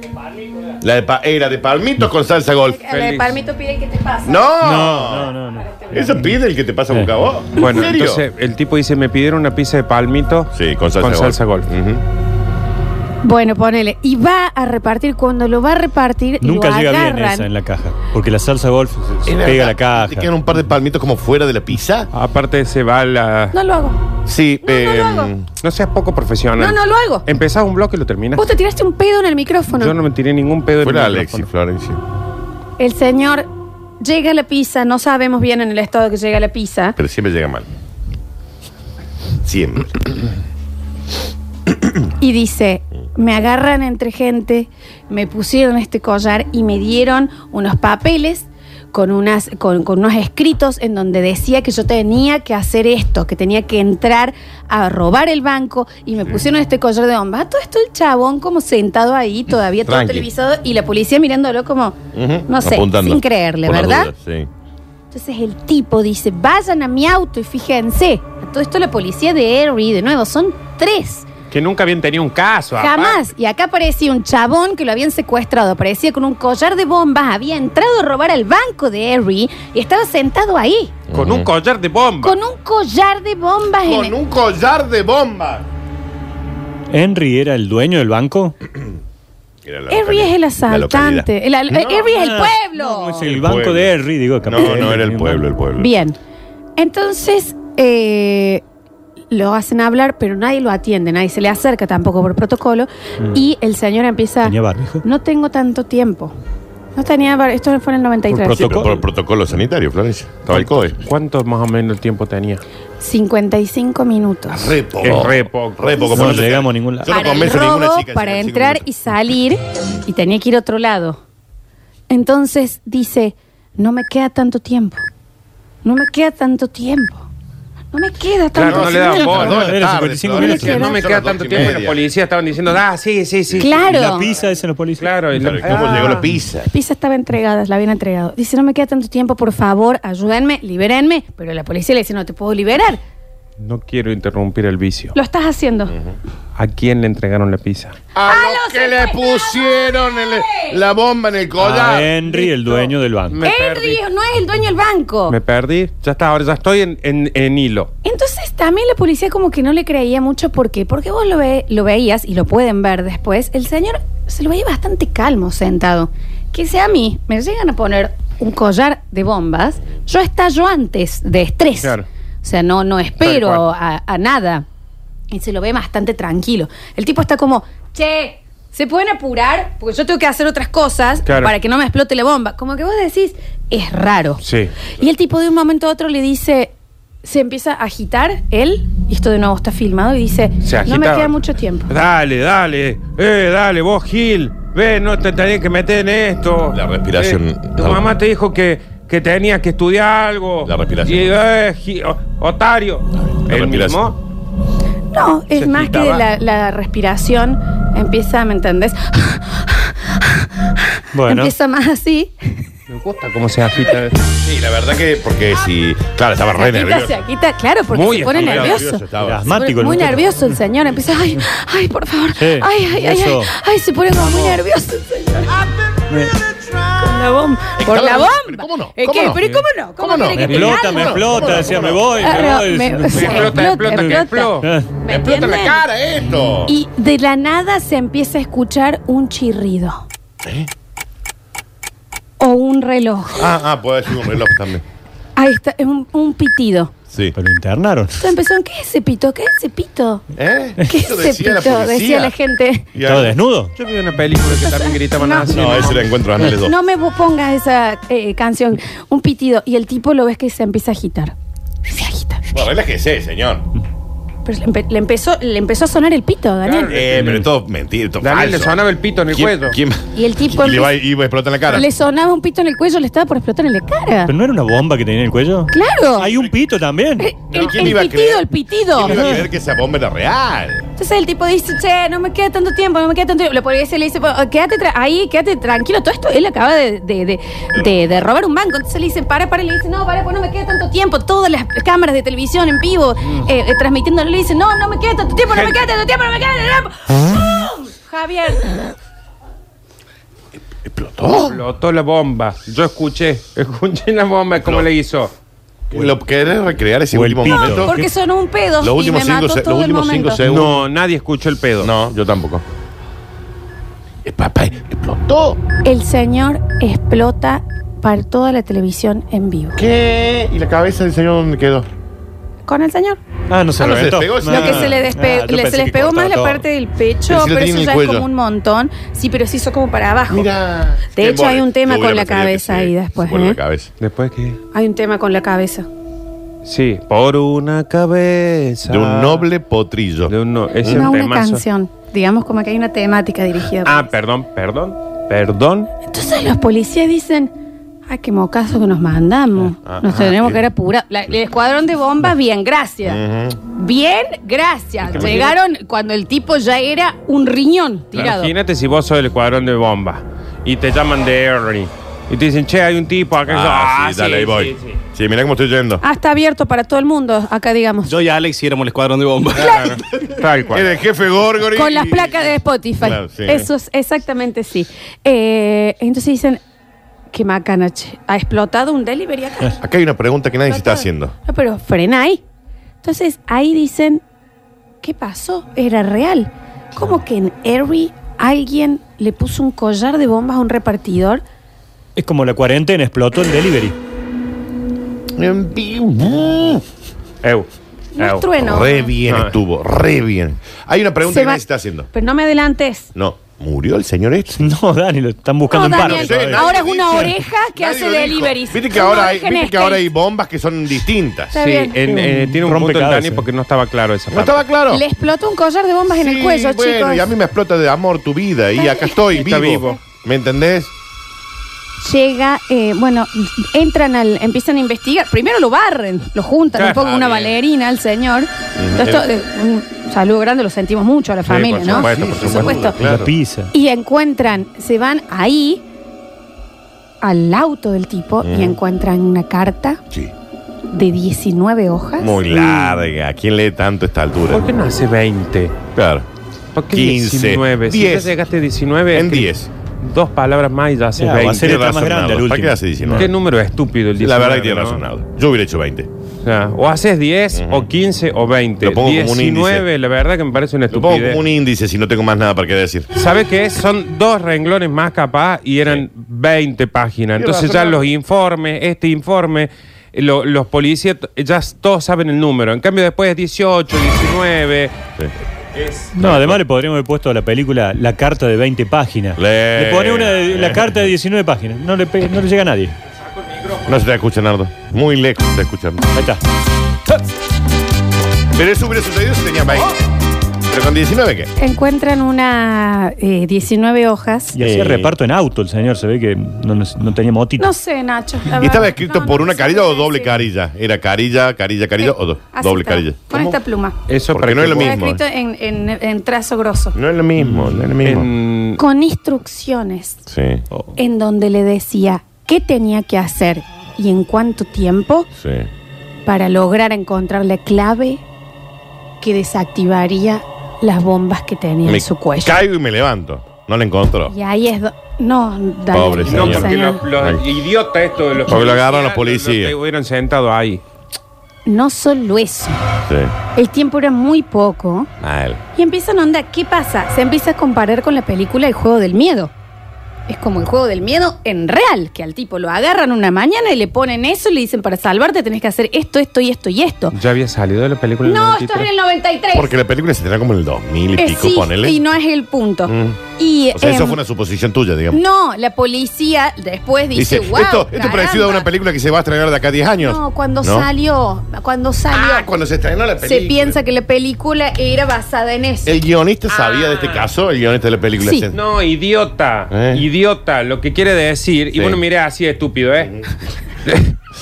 Speaker 3: La de, pa- eh, la de palmito con salsa golf.
Speaker 1: a la de
Speaker 2: Feliz.
Speaker 1: Palmito pide que te pasa.
Speaker 3: ¡No!
Speaker 4: No, no, no, no.
Speaker 3: Eso pide el que te pasa boca a vos. ¿En
Speaker 2: Bueno,
Speaker 3: serio?
Speaker 2: entonces el tipo dice, me pidieron una pizza de palmito
Speaker 3: Sí, con salsa
Speaker 2: con
Speaker 3: golf.
Speaker 2: salsa golf.
Speaker 3: Ujú.
Speaker 1: Bueno, ponele, y va a repartir, cuando lo va a repartir,
Speaker 4: Nunca
Speaker 1: lo
Speaker 4: llega
Speaker 1: agarran.
Speaker 4: bien esa en la caja. Porque la salsa golf se- se
Speaker 3: Es
Speaker 4: pega a la
Speaker 3: verdad,
Speaker 4: caja.
Speaker 3: Te quedan un par de palmitos como fuera de la pizza.
Speaker 2: Aparte se va la...
Speaker 1: No lo hago.
Speaker 3: Sí,
Speaker 1: No, no lo
Speaker 3: em,
Speaker 1: hago.
Speaker 2: No seas poco profesional.
Speaker 1: No, no lo hago.
Speaker 2: Empezás un bloque y lo terminas.
Speaker 1: Vos te tiraste un pedo en el micrófono.
Speaker 2: Yo no me tiré ningún pedo
Speaker 3: Fuera
Speaker 2: en el
Speaker 3: Alexis
Speaker 2: micrófono.
Speaker 3: Florencia.
Speaker 1: El señor llega a la pizza, no sabemos bien en el estado que llega la pizza.
Speaker 3: Pero siempre llega mal. Siempre.
Speaker 1: Y dice,
Speaker 3: Mm.
Speaker 1: me agarran entre gente, me pusieron este collar y me dieron unos papeles con, unas, con, con unos escritos en donde decía que yo tenía que hacer esto, que tenía que entrar a robar el banco y me pusieron este collar de bomba. Todo esto el chabón como sentado ahí, todavía todo
Speaker 3: Tranqui.
Speaker 1: televisado y la policía mirándolo como,
Speaker 3: Ujú,
Speaker 1: no sé,
Speaker 3: apuntando.
Speaker 1: sin creerle,
Speaker 3: Por las
Speaker 1: ¿verdad?
Speaker 3: dudas, sí.
Speaker 1: Entonces el tipo dice, vayan a mi auto y fíjense. A todo esto la policía de Erie, de nuevo, son tres.
Speaker 2: Que nunca habían tenido un caso.
Speaker 1: Jamás. Y acá aparecía un chabón que lo habían secuestrado. Aparecía con un collar de bombas. Había entrado a robar al banco de Harry y estaba sentado ahí.
Speaker 2: aparte. Con un collar de bomba.
Speaker 1: Con un collar de bombas en
Speaker 3: Con
Speaker 1: el-
Speaker 3: un collar de bomba.
Speaker 4: Henry era el dueño del banco.
Speaker 3: Era la
Speaker 1: Harry
Speaker 3: localidad.
Speaker 1: es el
Speaker 3: La
Speaker 1: asaltante. El, al- Harry es el
Speaker 4: Ah.
Speaker 1: pueblo.
Speaker 4: No, es el,
Speaker 3: El
Speaker 4: banco
Speaker 3: pueblo.
Speaker 4: de Henry, digo.
Speaker 3: localidad.
Speaker 4: capaz
Speaker 3: No,
Speaker 4: que
Speaker 3: no, era el
Speaker 4: tenía un
Speaker 3: pueblo, el
Speaker 4: banco.
Speaker 3: pueblo.
Speaker 1: Bien. Entonces, eh, lo hacen hablar, pero nadie lo atiende, nadie se le acerca tampoco por protocolo. Y el señor empieza.
Speaker 4: ¿Tenía barbijo?
Speaker 1: No tengo tanto tiempo. No tenía. bar- Esto fue en el
Speaker 4: Por
Speaker 1: 93.
Speaker 4: protocolo.
Speaker 3: Sí, pero por protocolo sanitario, Florencia. Estaba el COE.
Speaker 2: ¿Cuánto más o menos el tiempo tenía?
Speaker 1: 55 minutos.
Speaker 3: Re poco.
Speaker 2: Es re poco.
Speaker 3: Re poco.
Speaker 4: No
Speaker 3: porque te-
Speaker 4: llegamos a ningún lado.
Speaker 3: Ah, Yo no
Speaker 1: para el
Speaker 3: convenzo a ninguna
Speaker 1: robo,
Speaker 3: chica.
Speaker 1: para
Speaker 3: llegan cinco
Speaker 1: entrar y
Speaker 3: minutos.
Speaker 1: salir, y tenía que ir a otro lado. Entonces dice, no me queda tanto tiempo, no me queda tanto tiempo, no me queda tanto
Speaker 2: Claro, no,
Speaker 1: tiempo.
Speaker 2: le
Speaker 3: Las dos
Speaker 2: daban bola.
Speaker 3: de la
Speaker 4: Era
Speaker 3: Oh, tarde,
Speaker 4: 55
Speaker 3: Florencia,
Speaker 1: minutos.
Speaker 2: No me
Speaker 3: son
Speaker 2: queda
Speaker 3: las dos
Speaker 2: tanto
Speaker 3: y
Speaker 2: tiempo. Los
Speaker 3: media.
Speaker 2: policías estaban diciendo, ah, sí, sí, sí.
Speaker 4: Y
Speaker 1: Claro.
Speaker 4: la pizza, dicen los policías.
Speaker 2: Claro, y la-
Speaker 3: Claro, ¿Cómo
Speaker 2: Ah.
Speaker 3: llegó la pizza?
Speaker 1: La pizza estaba entregada, la habían entregado. Dice, no me queda tanto tiempo, por favor, ayúdenme, libérenme. Pero la policía le dice, no te puedo liberar.
Speaker 2: No quiero interrumpir el vicio.
Speaker 1: Lo estás haciendo. ¡Ah,
Speaker 2: ¿A quién le entregaron la pizza?
Speaker 3: A,
Speaker 1: los
Speaker 3: los que le pusieron el- la bomba en el
Speaker 4: A
Speaker 3: collar.
Speaker 4: Ah, Henry, el dueño del banco.
Speaker 2: Me
Speaker 1: Henry
Speaker 2: perdí.
Speaker 1: no es el dueño del banco.
Speaker 2: Me perdí. Ya está, ahora ya estoy en, en- en hilo.
Speaker 1: Entonces también la policía como que no le creía mucho ¿por qué? porque vos lo, ve- lo veías y lo pueden ver después, el señor se lo veía bastante calmo sentado. Que sea a mí, me llegan a poner un collar de bombas, yo estallo antes de estrés.
Speaker 2: Claro.
Speaker 1: O sea, no, no
Speaker 2: Tal
Speaker 1: espero
Speaker 2: cual.
Speaker 1: a, a nada. Y se lo ve bastante tranquilo. El tipo está como, che, ¿se pueden apurar? Porque yo tengo que hacer otras cosas
Speaker 2: Claro.
Speaker 1: para que no me explote la bomba. Como que vos decís, es raro.
Speaker 2: Sí.
Speaker 1: Y el tipo de un momento a otro le dice, se empieza a agitar él, y esto de nuevo está filmado, y dice,
Speaker 2: Se
Speaker 1: no me
Speaker 2: agitaban.
Speaker 1: queda mucho tiempo.
Speaker 2: Dale, dale. Eh, dale, vos, Gil. Ve, no te tenías que meter en esto.
Speaker 3: La respiración.
Speaker 2: Eh, tu mamá te dijo que, que tenías que estudiar algo.
Speaker 3: La respiración.
Speaker 2: Y, eh, Gil, o- Otario.
Speaker 3: La
Speaker 2: el
Speaker 3: respiración.
Speaker 2: mismo.
Speaker 1: No, es
Speaker 2: Se
Speaker 1: más que
Speaker 2: agitaba.
Speaker 1: la, la respiración empieza, ¿me entendés?
Speaker 4: Bueno,
Speaker 1: Empieza más así.
Speaker 2: Me gusta cómo se agita.
Speaker 3: Ah, Sí, la verdad que porque si... Claro, estaba
Speaker 1: Se
Speaker 3: re
Speaker 1: agita, se
Speaker 3: nervioso.
Speaker 1: agita, claro, porque
Speaker 2: Muy
Speaker 1: se pone
Speaker 2: agitado,
Speaker 1: nervioso.
Speaker 4: era
Speaker 3: estaba.
Speaker 1: Se
Speaker 4: asmático
Speaker 1: pone
Speaker 4: el
Speaker 1: muy
Speaker 4: muchacho.
Speaker 1: nervioso el señor, empieza, ay, ay, por favor,
Speaker 4: Sí,
Speaker 1: ay, ay, ay, ay,
Speaker 4: eso.
Speaker 1: ay, se pone como muy nervioso el señor. Con la bomba, por la
Speaker 3: Estaba-
Speaker 1: bomba.
Speaker 3: ¿Cómo no?
Speaker 1: Eh,
Speaker 3: ¿Cómo
Speaker 1: ¿qué?
Speaker 3: no?
Speaker 1: ¿Pero cómo no? ¿Cómo,
Speaker 3: ¿Cómo no?
Speaker 1: quiere que
Speaker 4: Me
Speaker 1: te
Speaker 4: explota,
Speaker 1: calme?
Speaker 4: me explota, decía, me voy, me
Speaker 1: Claro,
Speaker 4: voy.
Speaker 1: eh, me- sí,
Speaker 2: explota,
Speaker 1: explota,
Speaker 2: explota, que
Speaker 1: explota.
Speaker 4: Ah.
Speaker 1: ¿Me
Speaker 3: Me explota la
Speaker 1: entienden?
Speaker 3: cara esto.
Speaker 1: Y de la nada se empieza a escuchar un chirrido.
Speaker 3: ¿Eh?
Speaker 1: O un reloj.
Speaker 3: Ah, ah, puede ser un reloj también.
Speaker 1: Ahí está, es un, un pitido.
Speaker 3: Sí.
Speaker 4: Pero lo internaron.
Speaker 1: Entonces empezaron, ¿qué es ese pito? ¿Qué es ese pito?
Speaker 3: ¿Eh?
Speaker 1: ¿Qué es
Speaker 3: Eso
Speaker 1: ese
Speaker 3: decía la
Speaker 1: pito?
Speaker 3: policía.
Speaker 1: decía la gente.
Speaker 3: Y
Speaker 4: Estaba
Speaker 3: ahí-
Speaker 4: desnudo.
Speaker 2: Yo vi una película que también gritaban
Speaker 1: No.
Speaker 2: así.
Speaker 3: No, ese lo encuentro anales dos.
Speaker 1: No me bu- pongas esa eh, canción, un pitido. Y el tipo lo ves que se empieza a agitar. Se agita.
Speaker 3: Bueno, relájese, señor.
Speaker 1: Pero le, empe- le empezó, le empezó a sonar el pito, Daniel.
Speaker 2: Claro.
Speaker 3: Eh, pero todo mentira, todo
Speaker 2: Daniel le
Speaker 3: falso.
Speaker 2: sonaba el pito en el
Speaker 3: ¿Quién-
Speaker 2: cuello.
Speaker 3: quién-
Speaker 1: Y el tipo
Speaker 3: Y le
Speaker 1: empe-
Speaker 3: va y va a explotar en la cara.
Speaker 1: Le sonaba un pito en el cuello, le estaba por explotar en la cara.
Speaker 4: ¿Pero no era una bomba que tenía en el cuello?
Speaker 1: Claro.
Speaker 4: Hay un pito también.
Speaker 1: Eh,
Speaker 3: No,
Speaker 1: el,
Speaker 3: ¿quién
Speaker 1: el
Speaker 3: iba a
Speaker 1: pitido,
Speaker 3: creer?
Speaker 1: el pitido.
Speaker 3: ¿Quién iba a creer que esa bomba era real?
Speaker 1: Entonces el tipo dice, che, no me queda tanto tiempo, no me queda tanto tiempo. La policía le dice, "Bueno, quédate tra- ahí, quédate tranquilo. Todo esto él acaba de, de, de- de- de robar un banco. Entonces le dice, para, para. Y Le dice, no, para, pues no me queda tanto tiempo. Todas las cámaras de televisión en vivo
Speaker 3: Mm.
Speaker 1: eh, eh, transmitiéndolo. Le dice, no, no me queda tanto tiempo, no me queda tanto tiempo, no me queda tanto tiempo. ¡Pum! Javier.
Speaker 3: ¿Explotó?
Speaker 2: Explotó la bomba. Yo escuché, escuché la bomba, cómo
Speaker 3: No.
Speaker 2: le hizo.
Speaker 3: ¿Lo querés recrear ese
Speaker 4: O el
Speaker 3: último
Speaker 4: pito.
Speaker 3: momento?
Speaker 1: Porque son un pedo.
Speaker 3: Los
Speaker 1: y me
Speaker 3: últimos cinco
Speaker 1: mató
Speaker 3: se-
Speaker 1: todo
Speaker 3: los
Speaker 1: el
Speaker 3: últimos cinco
Speaker 1: momento.
Speaker 3: segundos.
Speaker 2: No, nadie escuchó el pedo.
Speaker 3: No, yo tampoco. Eh, papá, explotó.
Speaker 1: El señor explota para toda la televisión en vivo.
Speaker 3: ¿Qué? ¿Y la cabeza del señor dónde quedó?
Speaker 1: Con el señor.
Speaker 4: Ah, no se
Speaker 3: Ah, no se
Speaker 4: reventó.
Speaker 3: despegó, sí.
Speaker 1: Lo que
Speaker 3: Ah,
Speaker 1: se le, despe-
Speaker 4: Ah, yo
Speaker 1: le- se le
Speaker 4: pensé que
Speaker 1: despegó
Speaker 4: cortaba
Speaker 1: más la
Speaker 4: todo.
Speaker 1: parte del pecho,
Speaker 3: Pero si lo
Speaker 1: pero
Speaker 3: tenía
Speaker 1: eso
Speaker 3: en el
Speaker 1: ya es
Speaker 3: cuello.
Speaker 1: como un montón. Sí, pero se hizo como para abajo.
Speaker 3: Mira.
Speaker 1: De hecho, hay un tema
Speaker 3: Yo hubiera
Speaker 1: con la
Speaker 3: preferido que
Speaker 1: cabeza
Speaker 3: se-
Speaker 1: ahí después,
Speaker 3: se vuelva
Speaker 1: ¿eh?
Speaker 3: la cabeza.
Speaker 2: Después que.
Speaker 1: Hay un tema con la cabeza.
Speaker 2: Sí, por una cabeza.
Speaker 3: De un noble potrillo.
Speaker 2: De un no- es
Speaker 1: No,
Speaker 2: un
Speaker 1: una
Speaker 2: temazo.
Speaker 1: canción. Digamos como que hay una temática dirigida.
Speaker 2: Ah, perdón, perdón, perdón.
Speaker 1: Entonces los policías dicen, ay, qué mocazo que nos mandamos.
Speaker 3: Ah,
Speaker 1: nos
Speaker 3: ah,
Speaker 1: tenemos
Speaker 3: sí.
Speaker 1: que ir apurar. La- el escuadrón de bombas, bien, gracias. Bien, gracias. Llegaron cuando el tipo ya era un riñón tirado.
Speaker 2: Imagínate si vos sos el cuadrón de bomba y te llaman de Ernie y te dicen, che, hay un tipo acá.
Speaker 3: Ah, sí, dale, ahí
Speaker 2: sí,
Speaker 3: voy. Sí,
Speaker 2: sí, sí.
Speaker 3: mirá cómo estoy yendo.
Speaker 1: Ah, está abierto para todo el mundo, acá digamos.
Speaker 6: Yo y Alex éramos el escuadrón de bomba.
Speaker 2: Tal
Speaker 3: Era
Speaker 2: cual.
Speaker 3: el jefe Gorgory.
Speaker 1: Con las placas de Spotify.
Speaker 3: Claro, sí.
Speaker 1: Eso es exactamente sí. Eh, entonces dicen, qué macana, che. Ha explotado un delivery acá.
Speaker 3: Acá hay una pregunta que nadie se está
Speaker 1: Explotado.
Speaker 3: haciendo.
Speaker 1: No, pero frena ahí. Entonces ahí dicen, ¿qué pasó? Era real. ¿Cómo que en Erie alguien le puso un collar de bombas a un repartidor?
Speaker 4: Ah, Es como la cuarentena, explotó el delivery.
Speaker 2: Eu.
Speaker 1: No es
Speaker 2: Eu.
Speaker 1: trueno.
Speaker 3: Mm. Re bien
Speaker 2: No.
Speaker 3: estuvo, re bien. Hay una pregunta
Speaker 1: Se
Speaker 3: que
Speaker 1: va-
Speaker 3: nadie se está haciendo.
Speaker 1: Pero no me adelantes.
Speaker 3: No, ¿murió el señor este?
Speaker 4: No, Dani, lo están buscando
Speaker 1: No,
Speaker 4: en
Speaker 1: Daniel, Ah,
Speaker 4: paro. todavía.
Speaker 1: ahora es una
Speaker 3: Nadie
Speaker 1: oreja que
Speaker 3: Nadie
Speaker 1: hace
Speaker 3: lo dijo.
Speaker 1: deliveries.
Speaker 3: Viste que,
Speaker 1: Una
Speaker 3: ahora hay,
Speaker 1: oreja en
Speaker 3: viste que ahora
Speaker 1: skate.
Speaker 3: hay bombas que son distintas.
Speaker 1: Está
Speaker 2: Sí,
Speaker 1: bien.
Speaker 2: en- eh, tiene un punto el
Speaker 4: Rompecabezas.
Speaker 2: Dani porque no estaba claro esa
Speaker 3: ¿No
Speaker 2: parte.
Speaker 3: estaba claro?
Speaker 1: Le explotó un collar de bombas en el
Speaker 3: Sí,
Speaker 1: cuello,
Speaker 3: bueno,
Speaker 1: chicos.
Speaker 3: y a mí me explota de amor tu vida y
Speaker 1: Está
Speaker 3: acá estoy
Speaker 2: Está
Speaker 3: vivo.
Speaker 2: vivo.
Speaker 3: ¿Me entendés?
Speaker 1: Llega, eh, bueno, entran al, empiezan a investigar. Primero lo barren, lo juntan,
Speaker 2: Claro,
Speaker 1: le ponen una
Speaker 3: bien.
Speaker 1: valerina al señor. Esto, eh, un saludo grande, lo sentimos mucho a la familia,
Speaker 3: por
Speaker 1: ¿no?
Speaker 3: supuesto, por supuesto.
Speaker 4: Y
Speaker 3: Claro.
Speaker 4: La pizza.
Speaker 1: Y encuentran, se van ahí al auto del tipo y encuentran una carta
Speaker 3: Sí.
Speaker 1: de 19 hojas.
Speaker 3: Muy larga. ¿Quién lee tanto a esta
Speaker 2: ¿Por
Speaker 3: altura?
Speaker 2: qué no hace 20?
Speaker 3: Claro.
Speaker 2: ¿Por qué
Speaker 3: 15,
Speaker 2: 19? Si
Speaker 3: 10.
Speaker 2: ya llegaste 19,
Speaker 3: En
Speaker 2: escribí
Speaker 3: 10.
Speaker 2: Dos palabras más y ya
Speaker 4: Ya,
Speaker 2: haces
Speaker 4: va a
Speaker 2: 20.
Speaker 4: ser-
Speaker 3: Tiene
Speaker 4: está más
Speaker 3: razón,
Speaker 4: grande
Speaker 3: Nardo.
Speaker 4: el
Speaker 3: ¿Para qué
Speaker 4: último.
Speaker 3: hace
Speaker 2: Qué
Speaker 3: 19?
Speaker 2: número estúpido el 19.
Speaker 3: La verdad que tiene
Speaker 2: ¿no?
Speaker 3: razón, Nardo. Yo hubiera hecho 20.
Speaker 2: O, sea, o haces 10, o 15, o 20.
Speaker 3: Lo pongo como un
Speaker 2: 19,
Speaker 3: índice.
Speaker 2: la verdad que me parece una
Speaker 3: Lo pongo
Speaker 2: estupidez.
Speaker 3: como un índice si no tengo más nada para qué decir.
Speaker 2: ¿Sabe qué? Son dos renglones más capaz y eran 20
Speaker 3: Tiene
Speaker 2: páginas. Entonces
Speaker 3: razón,
Speaker 2: ya
Speaker 3: Nardo.
Speaker 2: los informes, este informe, lo- los policías t- ya todos saben el número. En cambio después es 18, 19.
Speaker 3: Sí.
Speaker 4: No, además le podríamos haber puesto a la película la carta de 20 páginas.
Speaker 3: Le- Eh.
Speaker 4: Le pone una de- la carta de 19 páginas. No le, pe- no le llega a nadie.
Speaker 3: No se te escucha, Nardo. Muy lejos se te escucha.
Speaker 4: Ahí está.
Speaker 3: Pero eso hubiera sucedido si tenía 20. Pero con 19, ¿qué?
Speaker 1: Encuentran una eh, 19 hojas.
Speaker 4: Y hacía
Speaker 3: Eh.
Speaker 4: reparto en auto el señor. Se ve que no, nos- no tenía motito.
Speaker 1: No sé, Nacho. la
Speaker 3: ¿Y
Speaker 1: verdad.
Speaker 3: estaba escrito
Speaker 1: No,
Speaker 3: por
Speaker 1: no
Speaker 3: una
Speaker 1: sé
Speaker 3: carilla o
Speaker 1: decir.
Speaker 3: doble carilla? ¿Era carilla, carilla, carilla
Speaker 1: Eh,
Speaker 3: o do-
Speaker 1: así
Speaker 3: doble
Speaker 1: está,
Speaker 3: carilla?
Speaker 1: Con esta pluma.
Speaker 2: Eso
Speaker 3: Porque
Speaker 2: para
Speaker 3: no
Speaker 2: que
Speaker 3: es lo
Speaker 2: vos-
Speaker 1: Está
Speaker 3: mismo,
Speaker 1: escrito en, en- en trazo grosso.
Speaker 3: No es lo mismo, no es lo
Speaker 2: en-
Speaker 1: Con instrucciones
Speaker 3: Sí,
Speaker 1: en donde le decía qué tenía que hacer y en cuánto tiempo
Speaker 3: sí.
Speaker 1: para lograr encontrar la clave que desactivaría las bombas que tenía en su cuello.
Speaker 3: caigo y me levanto. No lo encontró.
Speaker 1: Y ahí es... do- No, Daniel,
Speaker 3: Pobre
Speaker 1: no,
Speaker 2: No,
Speaker 3: señor.
Speaker 2: porque los, los
Speaker 3: Ay.
Speaker 2: idiotas estos de los
Speaker 3: Porque lo agarraron los
Speaker 2: no
Speaker 3: policías.
Speaker 2: te hubieran sentado ahí.
Speaker 1: No solo eso,
Speaker 3: Sí.
Speaker 1: el tiempo era muy poco
Speaker 3: Mal.
Speaker 1: y empiezan onda, ¿qué pasa? Se empieza a comparar con la película El Juego del Miedo. Es como el Juego del Miedo en real, que al tipo lo agarran una mañana y le ponen eso y le dicen, para salvarte tenés que hacer esto, esto y esto y esto.
Speaker 2: Ya había salido de la película en el
Speaker 1: No, esto
Speaker 2: 93.
Speaker 1: es en el 93.
Speaker 3: Porque la película se tenía como en el 2000 y
Speaker 1: Eh,
Speaker 3: pico,
Speaker 1: sí,
Speaker 3: ponele.
Speaker 1: y no es el punto.
Speaker 3: Mm.
Speaker 1: Y,
Speaker 3: O sea, eso
Speaker 1: em,
Speaker 3: fue una suposición tuya, digamos.
Speaker 1: No, la policía después dice,
Speaker 3: Dice,
Speaker 1: wow.
Speaker 3: esto, esto
Speaker 1: caramba".
Speaker 3: parecido a una película que se va a estrenar de acá a 10 años.
Speaker 1: No, cuando salió, cuando salió,
Speaker 3: Ah, cuando se estrenó la película.
Speaker 1: se piensa que la película era basada en eso.
Speaker 3: ¿El guionista sabía de este caso? ¿El guionista de la película?
Speaker 1: Sí.
Speaker 2: No, idiota.
Speaker 3: ¿Eh?
Speaker 2: Idiota, lo que quiere decir.
Speaker 3: Sí.
Speaker 2: Y bueno, mire así de estúpido, ¿eh?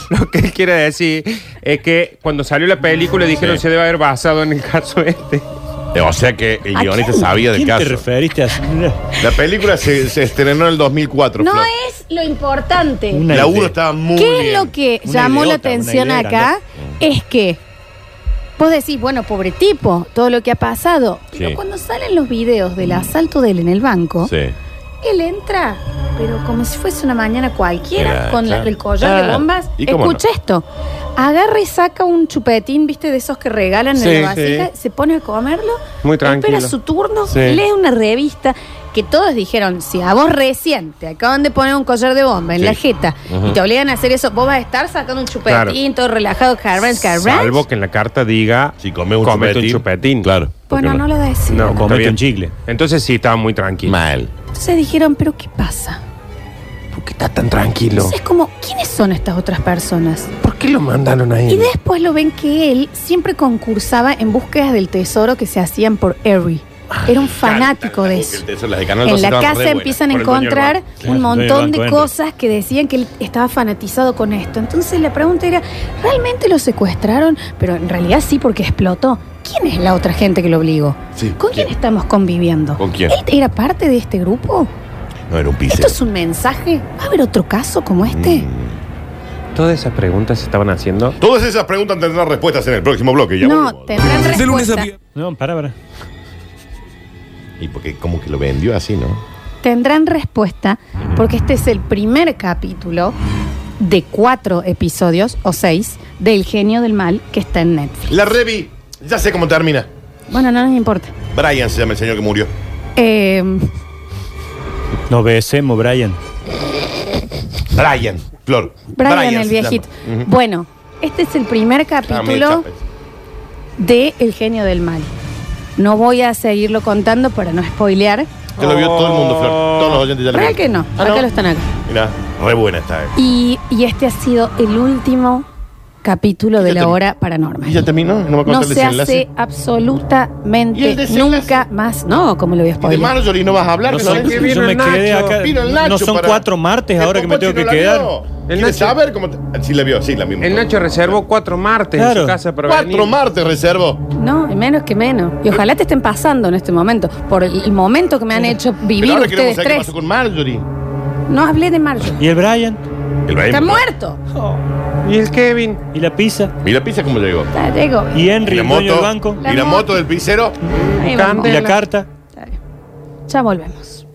Speaker 2: lo que quiere decir es que cuando salió la película dijeron
Speaker 3: Sí.
Speaker 2: se debe haber basado en el caso este.
Speaker 3: Eh, O sea que el
Speaker 1: ¿A
Speaker 3: guionista
Speaker 1: quién?
Speaker 3: sabía del
Speaker 4: ¿Quién te
Speaker 3: caso.
Speaker 4: referiste a
Speaker 3: La película se, se estrenó en el 2004.
Speaker 1: no
Speaker 3: Flor.
Speaker 1: es lo importante.
Speaker 4: Una
Speaker 3: La
Speaker 4: idea.
Speaker 3: 1 estaba muy
Speaker 1: ¿Qué
Speaker 3: bien.
Speaker 1: es lo que
Speaker 4: Una
Speaker 1: llamó la
Speaker 4: idiota, una
Speaker 1: atención
Speaker 4: idea
Speaker 1: acá? Es que vos decís, bueno, pobre tipo, todo lo que ha pasado. Pero
Speaker 3: Sí.
Speaker 1: cuando salen los videos del asalto de él en el banco,
Speaker 3: Sí.
Speaker 1: él entra, pero como si fuese una mañana cualquiera,
Speaker 3: Era,
Speaker 1: con la-
Speaker 3: claro.
Speaker 1: el collar de
Speaker 2: Ah,
Speaker 3: Claro.
Speaker 1: bombas.
Speaker 3: ¿Y cómo
Speaker 1: Escucha esto. Agarra y saca un chupetín, viste, de esos que regalan
Speaker 2: Sí,
Speaker 1: en la vasija,
Speaker 2: sí.
Speaker 1: se pone a comerlo,
Speaker 2: Muy tranquilo.
Speaker 1: espera su turno,
Speaker 2: Sí.
Speaker 1: lee una revista que todos dijeron, si a vos recién te acaban de poner un collar de bomba en
Speaker 3: Sí.
Speaker 1: la jeta y te obligan a hacer eso, vos vas a estar sacando un chupetín, todo relajado, carranch, carranch.
Speaker 2: Salvo que en la carta diga
Speaker 3: Si comes un
Speaker 2: comete
Speaker 3: chupetín.
Speaker 2: un chupetín.
Speaker 3: Claro.
Speaker 1: Bueno, no lo decís.
Speaker 2: No,
Speaker 4: comete
Speaker 2: está bien.
Speaker 4: un chicle.
Speaker 2: Entonces sí, estaba muy tranquilo.
Speaker 3: Mal.
Speaker 1: Entonces dijeron, pero ¿qué pasa?
Speaker 2: ¿Por qué está tan tranquilo?
Speaker 1: Entonces es como, ¿quiénes son estas otras personas?
Speaker 2: ¿Por qué lo mandaron ahí?
Speaker 1: Y después lo ven que él siempre concursaba en búsquedas del tesoro que se hacían por Harry. Era un fanático de eso.
Speaker 3: Eso, las de Canal 12
Speaker 1: En la
Speaker 3: estaban re
Speaker 1: casa
Speaker 3: buenas.
Speaker 1: empiezan a
Speaker 2: por el dueño del
Speaker 1: encontrar
Speaker 4: banco.
Speaker 1: un
Speaker 4: Claro, el dueño
Speaker 1: montón
Speaker 4: del banco
Speaker 1: de
Speaker 4: entra.
Speaker 1: cosas que decían que él estaba fanatizado con esto. Entonces la pregunta era, ¿realmente lo secuestraron? Pero en realidad sí, porque explotó. ¿Quién es la otra gente que lo obligó?
Speaker 3: Sí,
Speaker 1: ¿Con quién,
Speaker 3: ¿quién?
Speaker 1: estamos conviviendo?
Speaker 3: ¿Con quién?
Speaker 1: ¿Él era parte de este grupo?
Speaker 3: No, era un piso.
Speaker 1: ¿Esto es un mensaje? ¿Va a haber otro caso como
Speaker 2: Mm.
Speaker 1: este?
Speaker 2: Todas esas preguntas se estaban haciendo.
Speaker 3: Mm. Todas esas preguntas tendrán respuestas en el próximo bloque. Ya
Speaker 1: no,
Speaker 3: volvemos.
Speaker 1: tendrán respuesta.
Speaker 4: No, para, para.
Speaker 3: Y porque como que lo vendió así, ¿no?
Speaker 1: tendrán respuesta porque este es el primer capítulo de cuatro episodios o seis de El genio del mal que está en Netflix.
Speaker 3: La Revi, ya sé cómo termina.
Speaker 1: Bueno, no nos importa.
Speaker 3: Brian se llama el señor que murió.
Speaker 1: Eh,
Speaker 4: Nos besemos, Brian.
Speaker 3: Brian, Flor.
Speaker 1: Brian, el
Speaker 3: se llama.
Speaker 1: viejito.
Speaker 3: Ujú.
Speaker 1: Bueno, este es el primer
Speaker 3: Ah, me
Speaker 1: capítulo
Speaker 3: chapa.
Speaker 1: de El genio del mal. No voy a seguirlo contando para no spoilear.
Speaker 3: Que lo vio todo el mundo, Flor. Todos los oyentes ya lo
Speaker 1: Real
Speaker 3: vieron.
Speaker 1: que no.
Speaker 3: Ah,
Speaker 1: Acá lo están acá.
Speaker 3: Mirá, re buena está. eh.
Speaker 1: Y, y este ha sido el último capítulo de
Speaker 3: Ya
Speaker 1: la
Speaker 3: termi-
Speaker 1: hora
Speaker 3: ¿Y
Speaker 1: paranormal.
Speaker 3: ya terminó? No me acuerdo
Speaker 1: No
Speaker 3: el
Speaker 1: se hace
Speaker 3: desenlace. ¿Y
Speaker 1: absolutamente
Speaker 3: el desenlace?
Speaker 1: nunca más. No, como lo voy a
Speaker 3: Y de
Speaker 1: spoiler.
Speaker 3: Marjorie no vas a hablar.
Speaker 4: No
Speaker 3: que
Speaker 4: son-
Speaker 3: no sé.
Speaker 2: que vino
Speaker 4: yo me
Speaker 2: el
Speaker 4: quedé
Speaker 2: Nacho.
Speaker 4: acá.
Speaker 3: Vino
Speaker 4: No
Speaker 3: el Nacho
Speaker 4: son
Speaker 3: para-
Speaker 4: cuatro martes
Speaker 3: El
Speaker 4: ahora que me
Speaker 3: Popochi
Speaker 4: tengo que
Speaker 3: no la
Speaker 4: quedar.
Speaker 3: vio.
Speaker 2: El
Speaker 3: ¿Quieres
Speaker 2: Nacho-
Speaker 3: saber cómo te- Ah, Sí, la vio, sí, la misma.
Speaker 2: El Nacho reservó cuatro martes en
Speaker 4: Claro.
Speaker 2: su casa para
Speaker 3: Cuatro
Speaker 2: venir.
Speaker 3: martes reservo.
Speaker 1: No, y menos que menos. Y ojalá te estén pasando en este momento, por el, el momento que me han hecho
Speaker 3: Pero
Speaker 1: vivir
Speaker 3: ahora queremos
Speaker 1: ustedes
Speaker 3: saber qué
Speaker 1: tres.
Speaker 3: pasó con Marjorie.
Speaker 1: No hablé de Marjo.
Speaker 4: ¿Y el Brian?
Speaker 3: El Brian-
Speaker 1: Está muerto.
Speaker 2: Y el Kevin.
Speaker 4: ¿Y la pizza?
Speaker 3: ¿Y la pizza cómo llegó?
Speaker 1: Está, llegó.
Speaker 4: ¿Y Henry,
Speaker 3: la
Speaker 4: el dueño del
Speaker 3: moto?
Speaker 4: banco?
Speaker 3: ¿Y la moto del pizzero?
Speaker 1: Ahí
Speaker 2: Can-
Speaker 1: vamos.
Speaker 4: ¿Y la carta?
Speaker 1: Está bien. Ya volvemos.